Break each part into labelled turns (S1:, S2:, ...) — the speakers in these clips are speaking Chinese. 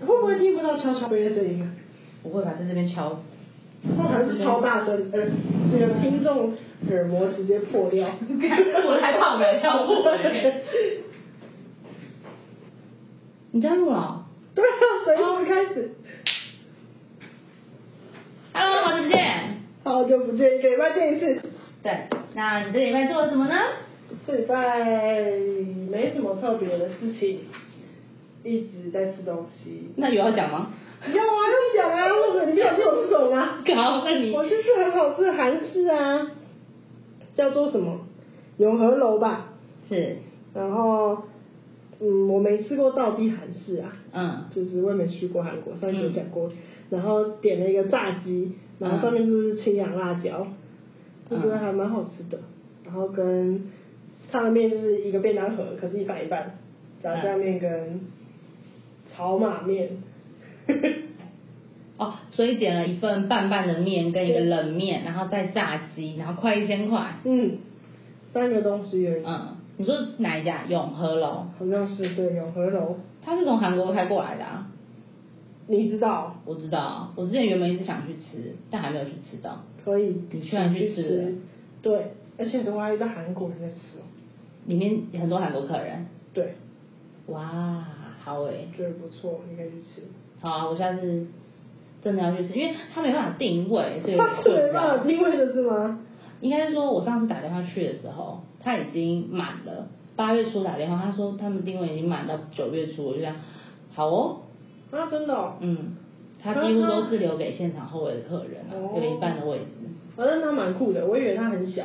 S1: 你会不会听不到敲敲杯的声音啊？
S2: 我会把在这边敲。
S1: 他好像是超大声，呃，那个听众耳膜直接破掉。
S2: 我太胖了，敲我。你在录了
S1: 对啊，所以我们开始。
S2: ？Hello，好久不见。
S1: 好久不见，一个礼拜见一次。
S2: 对，那你这礼拜做了什么呢？
S1: 这礼拜没什么特别的事情，一直在吃东西。
S2: 那有要讲吗？
S1: 要啊，要讲啊，或者你没有听我吃什么吗？
S2: 好，那你
S1: 我去吃很好吃的韩式啊，叫做什么永和楼吧。
S2: 是
S1: 然后，嗯，我没吃过道地韩式啊，
S2: 嗯
S1: 就是我也没去过韩国，上次有讲过。然后点了一个炸鸡，然后上面就是青阳辣椒，我
S2: 嗯
S1: 觉得还蛮好吃的。然后跟上面就是一个便当盒，可是一半一半，炸酱面跟炒马面。
S2: 哦，所以点了一份拌拌的面跟一个冷面，然后再炸鸡，然后快一千块。
S1: 嗯，三个东西而已，
S2: 嗯，你说哪一家？永和楼，
S1: 好像是对永和楼，
S2: 它是从韩国开过来的、啊。
S1: 你知道？
S2: 我知道，我之前原本一直想去吃，但还没有去吃到。
S1: 可以，
S2: 你居然去吃了
S1: 吃，对，而且都还遇到韩国人在吃哦，
S2: 里面很多韩国客人，
S1: 对，
S2: 哇，好欸诶，
S1: 觉得不错，应该去吃。
S2: 好啊，我下次真的要去吃，因为他没办法定位，所以有点
S1: 他是
S2: 困
S1: 没办
S2: 扰
S1: 法。定位的是吗？
S2: 应该是说，我上次打电话去的时候，他已经满了，八月初打电话，他说他们定位已经满到九月初，我就这样，好哦，
S1: 啊，真的、哦，
S2: 嗯，他几乎都是留给现场后位的客人啊，
S1: 哦
S2: 有一半的位置，
S1: 反正他蛮酷的，我以为他很小，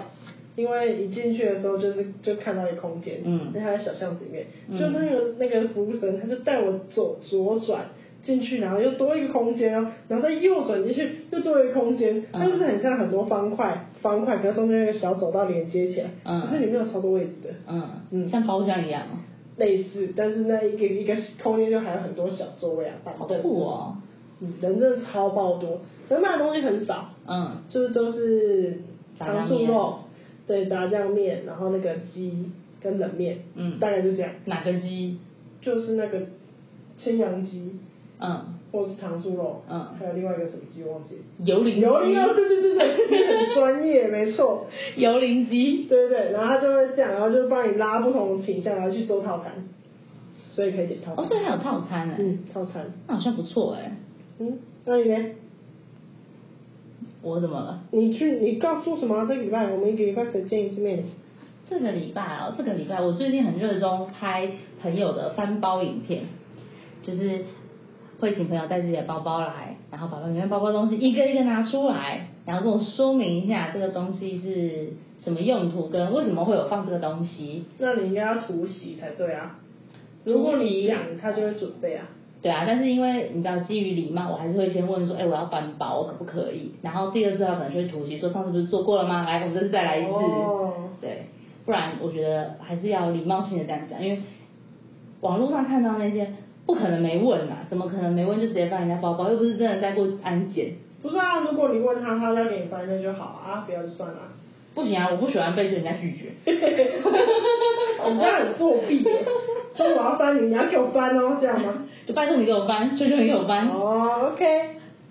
S1: 因为一进去的时候就是就看到一个空间，
S2: 嗯
S1: 那他在小巷子里面，
S2: 嗯
S1: 就那个那个服务生他就带我左左转。进去，然后又多一个空间哦，然后再右转进去，又多一个空
S2: 嗯
S1: 间，它就是很像很多方块，方块，可是中间有一个小走道连接起来，
S2: 嗯
S1: 可是里面有超多位置的，
S2: 嗯，
S1: 嗯
S2: 像包厢一样哦，
S1: 类似，但是那一个一个空间就还有很多小座位啊、板
S2: 好
S1: 凳，
S2: 酷哦，
S1: 嗯，人真的超爆多，能卖的东西很少，
S2: 嗯，
S1: 就是都是
S2: 炸酱
S1: 糖
S2: 面
S1: 醋肉，对，炸酱面，然后那个鸡跟冷面，
S2: 嗯
S1: 大概就这样，
S2: 哪个鸡？
S1: 就是那个青阳鸡
S2: 嗯，
S1: 或是糖醋肉，
S2: 嗯
S1: 还有另外一个什么鸡忘记了，
S2: 油淋
S1: 油淋肉，
S2: 鸡，
S1: 对对对对，你很专业，没错，
S2: 油淋鸡，
S1: 对对对，然后他就会这样，然后就帮你拉不同的品相，然后去做套餐，所以可以点套餐，
S2: 哦，所以还有套餐哎、
S1: 嗯，套餐。
S2: 那好像不错哎、
S1: 嗯，那你呢？
S2: 我怎么了？
S1: 你去，你告诉什么啊？这个礼拜我们一个礼拜才见一次面。
S2: 这个礼拜哦，这个礼拜我最近很热衷拍朋友的翻包影片，就是会请朋友带自己的包包来，然后把里面包包东西一个一个拿出来，然后跟我说明一下这个东西是什么用途跟为什么会有放这个东西。
S1: 那你应该要突袭才对啊！
S2: 如
S1: 如
S2: 果
S1: 果
S2: 你
S1: 你讲，他就会准备啊。
S2: 对啊，但是因为你知道，基于礼貌，我还是会先问说，哎、我要搬包，我可不可以？然后第二次他可能就会突袭说，上次不是做过了吗？来，我们这次再来一次。
S1: 哦
S2: 对，不然我觉得还是要礼貌性的这样讲，因为网络上看到那些不可能没问啊，怎么可能没问就直接翻人家包包？又不是真的在过安检。
S1: 不是啊，如果你问他，他要给你翻那就好啊，不要就算了啊。
S2: 不行啊，我不喜欢被人家拒绝。
S1: 人家很作弊耶，所以我要翻你，你要给我翻哦，这样吗？
S2: 就拜托你给我翻，求求你给我翻。
S1: 哦，OK，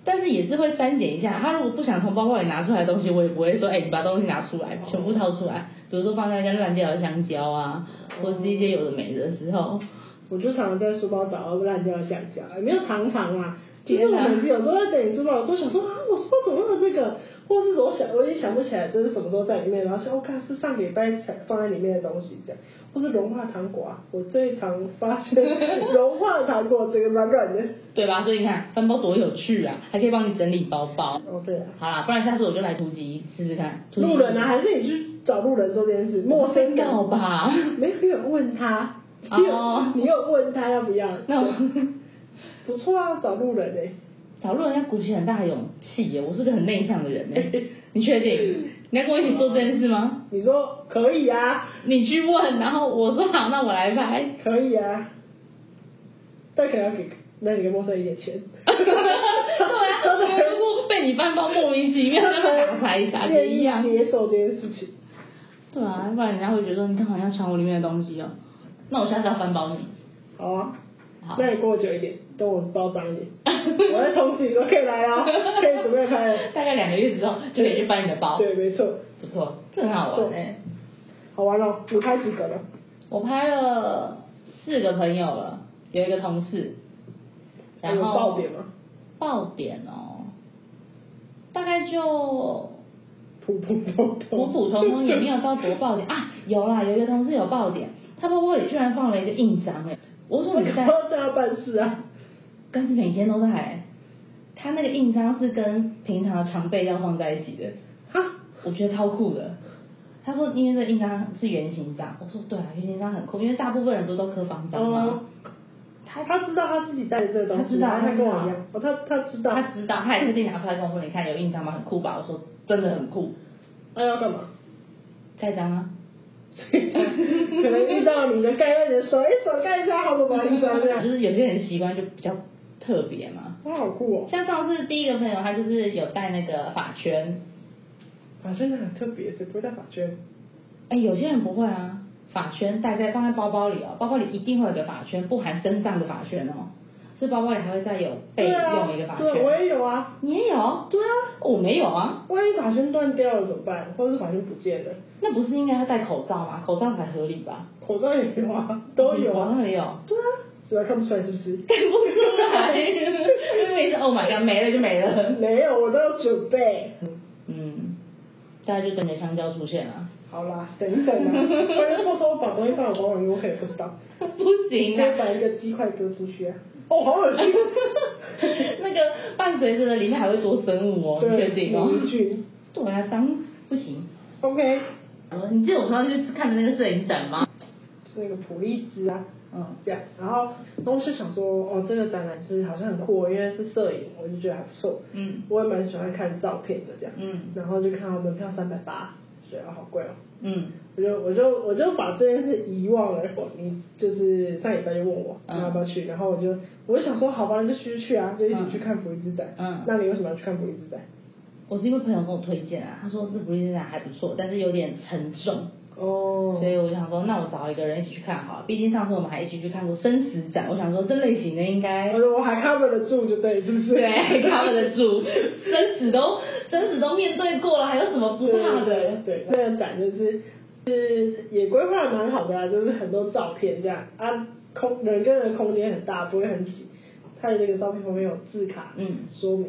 S2: 但是也是会删减一下。他如果不想从包包里拿出来的东西，我也不会说，哎、你把东西拿出来，
S1: 哦
S2: 全部掏出来。比如说放在一个烂掉的香蕉啊，
S1: 哦
S2: 或是一些有的没的时候，
S1: 我就常常在书包找到烂掉的香蕉，也没有常常啊。就是我每次有时候在整理书包，有时候想说啊，我书包怎么会有这个？或是我想，我也想不起来这是什么时候在里面，然后想，我、哦看是上个礼拜才放在里面的东西，这样，或是融化糖果啊，我最常发现融化糖果整个软软的。
S2: 对吧？所以你看翻包多有趣啊，还可以帮你整理包包。
S1: 哦，对啊，
S2: 好啦，不然下次我就来突击试试看。突击
S1: 路人啊，还是你去找路人做这件
S2: 哦
S1: 事，陌生人
S2: 到吧？
S1: 没有没有问他，你有、
S2: 哦
S1: 你有问他要不要？
S2: 那我
S1: 不错啊，找路人诶、
S2: 找路人要鼓起很大的勇气耶，我是个很内向的人 耶。你确定？你要跟我一起做这件事吗？
S1: 你说可以啊，
S2: 你去问，然后我说好，那我来拍。
S1: 可以啊，但可能要给那你给陌生人一点钱。
S2: 啊对 啊，如果被你翻包莫名其妙那么打牌打的
S1: 愿
S2: 一
S1: 意
S2: 样。
S1: 接受这件事情，
S2: 对啊，不然人家会觉得说你干嘛要抢我里面的东西哦？那我下次要翻包你。
S1: 好啊，
S2: 好
S1: 那你给我久一点，等我包装一点，我再重启都可以 来啊，可以准备开了。
S2: 大概两个月之后就可以去搬你的包，
S1: 对，没错，
S2: 不错，这很好玩哎、
S1: 好玩哦。你拍几个了？
S2: 我拍了四个朋友了，有一个同事，然
S1: 有
S2: 后
S1: 爆点吗？
S2: 爆点哦，大概就
S1: 普普通通，
S2: 普普通通，也没有到多爆点啊。有啦，有一个同事有爆点，他包包里居然放了一个印章哎、我说
S1: 我
S2: 你
S1: 搞
S2: 在，
S1: 到这样办事啊。
S2: 但是每天都在、他那个印章是跟平常的常备药放在一起的，
S1: 哈，
S2: 我觉得超酷的。他说因为这印章是圆形章，我说对啊，圆形章很酷，因为大部分人不都刻方章吗？
S1: 哦，他他知道他自己带的这个东西，
S2: 他知道
S1: 然后他跟我
S2: 他
S1: 一
S2: 知道
S1: 样，哦，他他知道，
S2: 他知道，他也特地拿出来跟我说：“你看有印章吗？很酷吧？”我说：“真的很酷，
S1: 他要干嘛？
S2: 盖章啊。
S1: 所以可能遇到你的盖的人说，哎，手盖一下，好不好？一张这” 样
S2: 就，是有些人习惯就比较特别嘛。
S1: 哇，好酷哦。
S2: 像上次第一个朋友，他就是有戴那个发圈，
S1: 法圈很特别，谁不会戴法圈？
S2: 哎，有些人不会啊，发圈戴在放在包包里哦，包包里一定会有个发圈，不含身上的发圈哦，是包包里还会再有备
S1: 对啊
S2: 用一个发
S1: 对，我
S2: 圈。
S1: 也有啊。
S2: 你也有？
S1: 对啊，
S2: 我没有啊，
S1: 万一法圈断掉了怎么办？或者是法圈不见了，
S2: 那不是应该要戴口罩吗？口罩才合理吧？
S1: 口罩也有啊，都有
S2: 口
S1: 啊。
S2: 罩也有。
S1: 对啊，主要看不出来是不是？
S2: 看不出来， 因为是 Oh my God，没了就没了。
S1: 没有，我都有准备。
S2: 嗯，大家就等着香蕉出现了。
S1: 好啦，等一等啊，不然偷偷把东西放我包包里，我可能不知道。
S2: 不
S1: 应
S2: 行
S1: 该
S2: 啊，
S1: 把一个鸡块割出去啊！哦，好恶 心。
S2: 那个伴随着的里面还会多生物哦，你确定哦？
S1: 无菌。
S2: 对啊，伤不行。
S1: OK，
S2: 呃你记得我上次去看的那个摄影展吗？
S1: 是那个普利兹啊。
S2: 嗯，
S1: 对啊，然后然后我就想说，哦，这个展览是好像很酷哦，因为是摄影，我就觉得还不错。
S2: 嗯
S1: 我也蛮喜欢看照片的这样。
S2: 嗯
S1: 然后就看到门票三百八，觉得哦好贵哦。
S2: 嗯
S1: 我就我就我就把这件事遗忘了。你就是上礼拜就问我
S2: 嗯
S1: 要不要去，然后我就我就想说，好吧，那就去去啊，就一起去看普利兹展。
S2: 嗯
S1: 那你为什么要去看普利兹展？
S2: 我是因为朋友跟我推荐啊，他说这不利斯展还不错，但是有点沉重，
S1: 哦。
S2: 所以我想说，那我找一个人一起去看好了。毕竟上次我们还一起去看过生死展，我想说这类型的应该
S1: 我说我还 cover 得住就对，是不是？
S2: 对，他们的主生死都生死都面对过了，还有什么不怕的？
S1: 对，那个展就是是也规划得蛮好的啦，就是很多照片这样啊，空人跟人空间很大，不会很挤。它的那个照片旁边有字卡，
S2: 嗯
S1: 说明。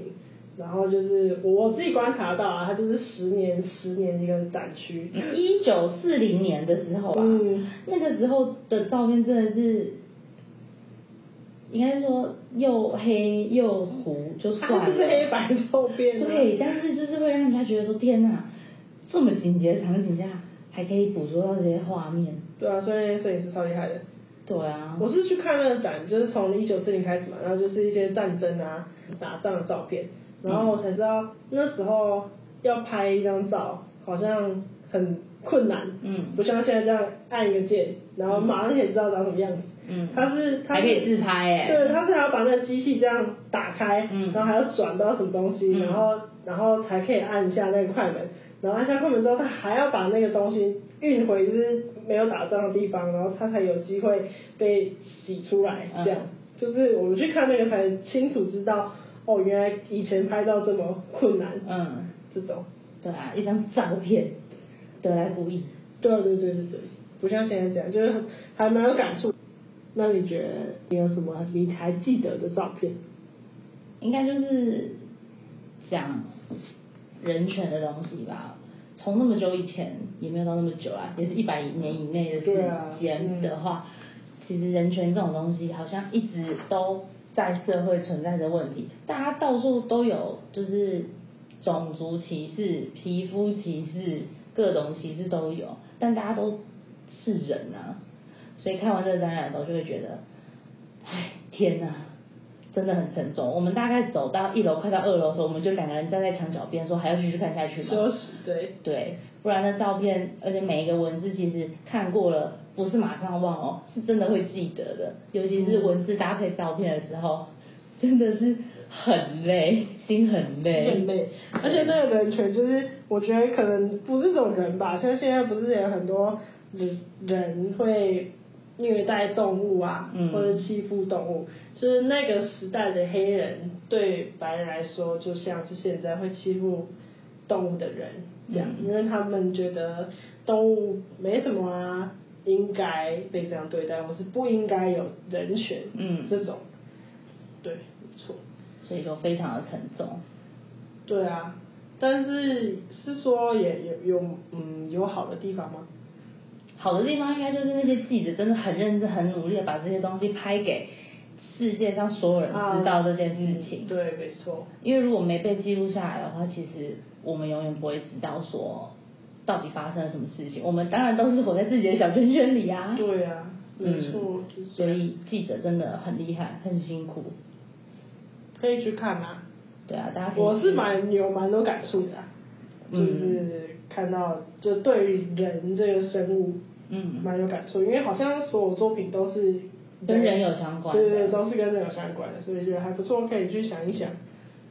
S1: 然后就是我我自己观察到啊，它就是十年十年一个展区，
S2: 一九四零年的时候吧，啊
S1: 嗯
S2: 那个时候的照片真的是，应该说又黑又糊就算
S1: 它
S2: 了，
S1: 就是 黑白照片啊，
S2: 对，但是就是会让人家觉得说天哪，这么紧急的场景下还可以捕捉到这些画面，
S1: 对啊，所以那些摄影师超厉害的。
S2: 对啊，
S1: 我是去看那个展，就是从一九四零开始嘛，然后就是一些战争啊、打仗的照片，然后我才知道那时候要拍一张照好像很困难，
S2: 嗯
S1: 不像现在这样按一个键，然后马上可以知道长什么样子。
S2: 嗯，
S1: 它是它
S2: 还
S1: 是
S2: 可以自拍哎、
S1: 对，它是还要把那个机器这样打开，
S2: 嗯
S1: 然后还要转到什么东西，
S2: 嗯
S1: 然后然后才可以按一下那个快门，然后按下快门之后，它还要把那个东西运回就是没有打仗的地方，然后它才有机会被洗出来。
S2: 嗯
S1: 这样，就是我们去看那个才清楚知道，哦，原来以前拍照这么困难，
S2: 嗯，
S1: 这种。
S2: 对啊，一张照片得来不易。
S1: 对对对对对，不像现在这样，就是还蛮有感触。那你觉得你有什么你还记得的照片？
S2: 应该就是讲人权的东西吧。从那么久以前，也没有到那么久啦，也是一百年以内的
S1: 对啊嗯
S2: 时间的话，其实人权这种东西好像一直都在社会存在着问题，大家到处都有，就是种族歧视、皮肤歧视、各种歧视都有，但大家都是人啊，所以看完这个展览的时候，就会觉得，唉，天呐，真的很沉重。我们大概走到一楼快到二楼的时候，我们就两个人站在墙角边说，还要继续看下去
S1: 休
S2: 吗？
S1: 息，对，
S2: 对，不然那照片，而且每一个文字其实看过了，不是马上忘哦，是真的会记得的。尤其是文字搭配照片的时候， 真的是很累，心很累，
S1: 很累。而且那个人权就是，我觉得可能不是这种人吧，像现在不是有很多人人会虐待动物啊，
S2: 嗯
S1: 或者欺负动物，就是那个时代的黑人对白人来说，就像是现在会欺负动物的人这样，
S2: 嗯
S1: 因为他们觉得动物没什么啊，应该被这样对待，或是不应该有人权，
S2: 嗯
S1: 这种，对，没错。
S2: 所以就非常的沉重。
S1: 对啊，但是是说也有有嗯有好的地方吗？
S2: 好的地方应该就是那些记者真的很认真、很努力的把这些东西拍给世界上所有人知道这件事情。
S1: 嗯对，没错。
S2: 因为如果没被记录下来的话，其实我们永远不会知道说到底发生了什么事情。我们当然都是活在自己的小圈圈里啊。
S1: 对啊，没错
S2: 嗯，
S1: 就是这
S2: 所
S1: 样
S2: 以记者真的很厉害，很辛苦。
S1: 可以去看啊。
S2: 对啊，大家可以
S1: 我是
S2: 去
S1: 蛮有蛮多感触的啊、就
S2: 嗯
S1: 是看到就对于人这个生物
S2: 嗯
S1: 蛮有感触，因为好像所有作品都是
S2: 跟人有相关的
S1: 对对对，都是跟人有相关的，所以觉得还不错，可以去想一想。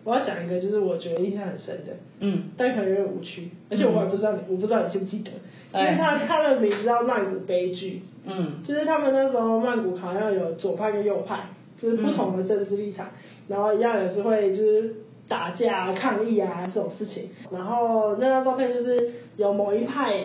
S1: 我要讲一个，就是我觉得印象很深的，
S2: 嗯
S1: 但可能有点无趣，而且我还不知道你，我不知道你记不记得，因为
S2: 哎
S1: 他他的名字叫曼谷悲剧，
S2: 嗯
S1: 就是他们那时候曼谷好像有左派跟右派，就是不同的政治立
S2: 嗯
S1: 场，然后一样也是会就是打架啊、抗议啊这种事情。然后那张照片就是有某一派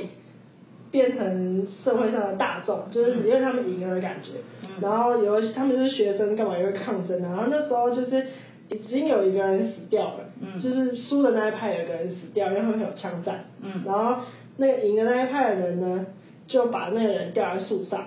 S1: 变成社会上的大众，就是因为他们赢了的感觉。
S2: 嗯
S1: 然后有他们就是学生，干嘛也会抗争啊？然后那时候就是已经有一个人死掉了，
S2: 嗯
S1: 就是输的那一派有一个人死掉，因为他们有枪战。
S2: 嗯
S1: 然后那个赢的那一派的人呢，就把那个人吊在树上，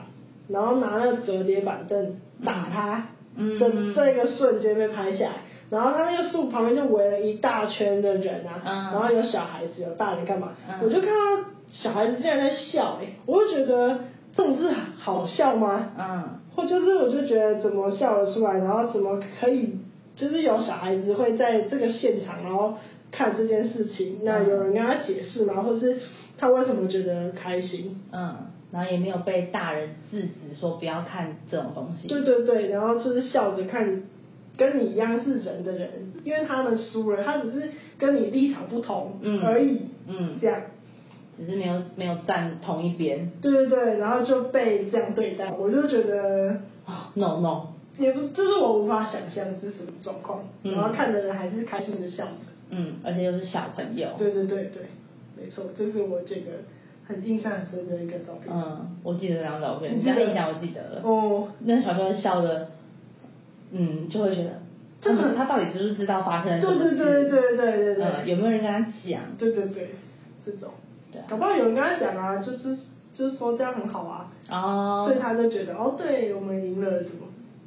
S1: 然后拿那个折叠板凳打他
S2: 嗯
S1: 的
S2: 嗯
S1: 这个瞬间被拍下来。然后他那个树旁边就围了一大圈的人啊，
S2: 嗯
S1: 然后有小孩子，有大人干嘛？
S2: 嗯
S1: 我就看到小孩子竟然在笑、欸，我就觉得这种是好笑吗？
S2: 嗯
S1: 或就是我就觉得怎么笑得出来，然后怎么可以，就是有小孩子会在这个现场，然后看这件事情，那有人跟他解释吗？或是他为什么觉得开心？
S2: 嗯，然后也没有被大人制止说不要看这种东西。
S1: 对对对，然后就是笑着看，跟你一样是人的人，因为他们输了，他只是跟你立场不同
S2: 嗯
S1: 而已，
S2: 嗯
S1: 这样。
S2: 只是没有没有站同一边。
S1: 对对对，然后就被这样对待，我就觉得
S2: 啊 no no，
S1: 也不，就是我无法想象是什么状况，
S2: 嗯
S1: 然后看的人还是开心的笑着。
S2: 嗯，而且又是小朋友。
S1: 对对对对，没错，这是我这个很印象很深的一个照片。
S2: 嗯，我记得那张照片，
S1: 你
S2: 你
S1: 记
S2: 这
S1: 得
S2: 样一讲我记得了。
S1: 哦，
S2: 那小朋友笑的，嗯，就会觉得，
S1: 真的
S2: 他他到底知不知道发生了
S1: 对
S2: 什么
S1: 对
S2: 事？
S1: 对对对对对
S2: 呃，有没有人跟他讲？
S1: 对对对，这种，
S2: 对啊
S1: 搞不好有人跟他讲啊，就是就是说这样很好啊，所
S2: 哦
S1: 以，他就觉得哦，对我们赢了什么，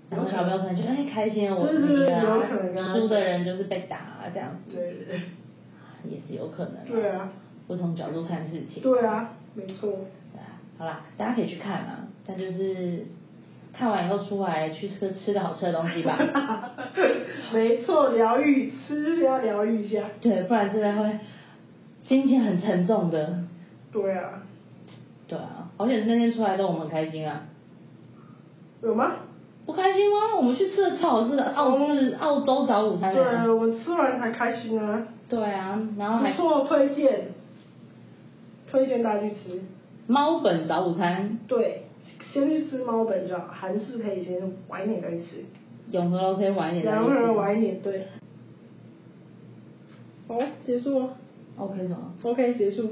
S2: 然后小朋友可能觉得哎开心啊，我
S1: 对
S2: 赢
S1: 对对有可能
S2: 了
S1: 啊
S2: 啊，输的人就是被打啊这样子，
S1: 对对对，
S2: 也是有可能啊。
S1: 对啊，
S2: 不同角度看事情。
S1: 对啊，没错，
S2: 对啊，好啦，大家可以去看啊，但就是看完以后出来去吃吃个好吃的东 西吧，
S1: 没错，疗愈，吃要疗愈一下，
S2: 对，不然真的会心情很沉重的。
S1: 对啊，
S2: 对啊，好险那天出来的我们很开心啊，
S1: 有吗？
S2: 不开心吗？我们去吃了超好吃的澳式澳洲早午餐
S1: 对，
S2: 的。
S1: 我吃完才开心啊。
S2: 对啊，然后
S1: 不
S2: 还
S1: 错，推荐，推荐大家去吃。
S2: 猫本早午餐，
S1: 对，先去吃猫本就好，韩式可以先晚一点再去吃，
S2: 永和楼可以晚一点再
S1: 然
S2: 去
S1: 后
S2: 吃。
S1: 晚一点对。好，结束了哦
S2: OK 什么？
S1: ，OK 结束。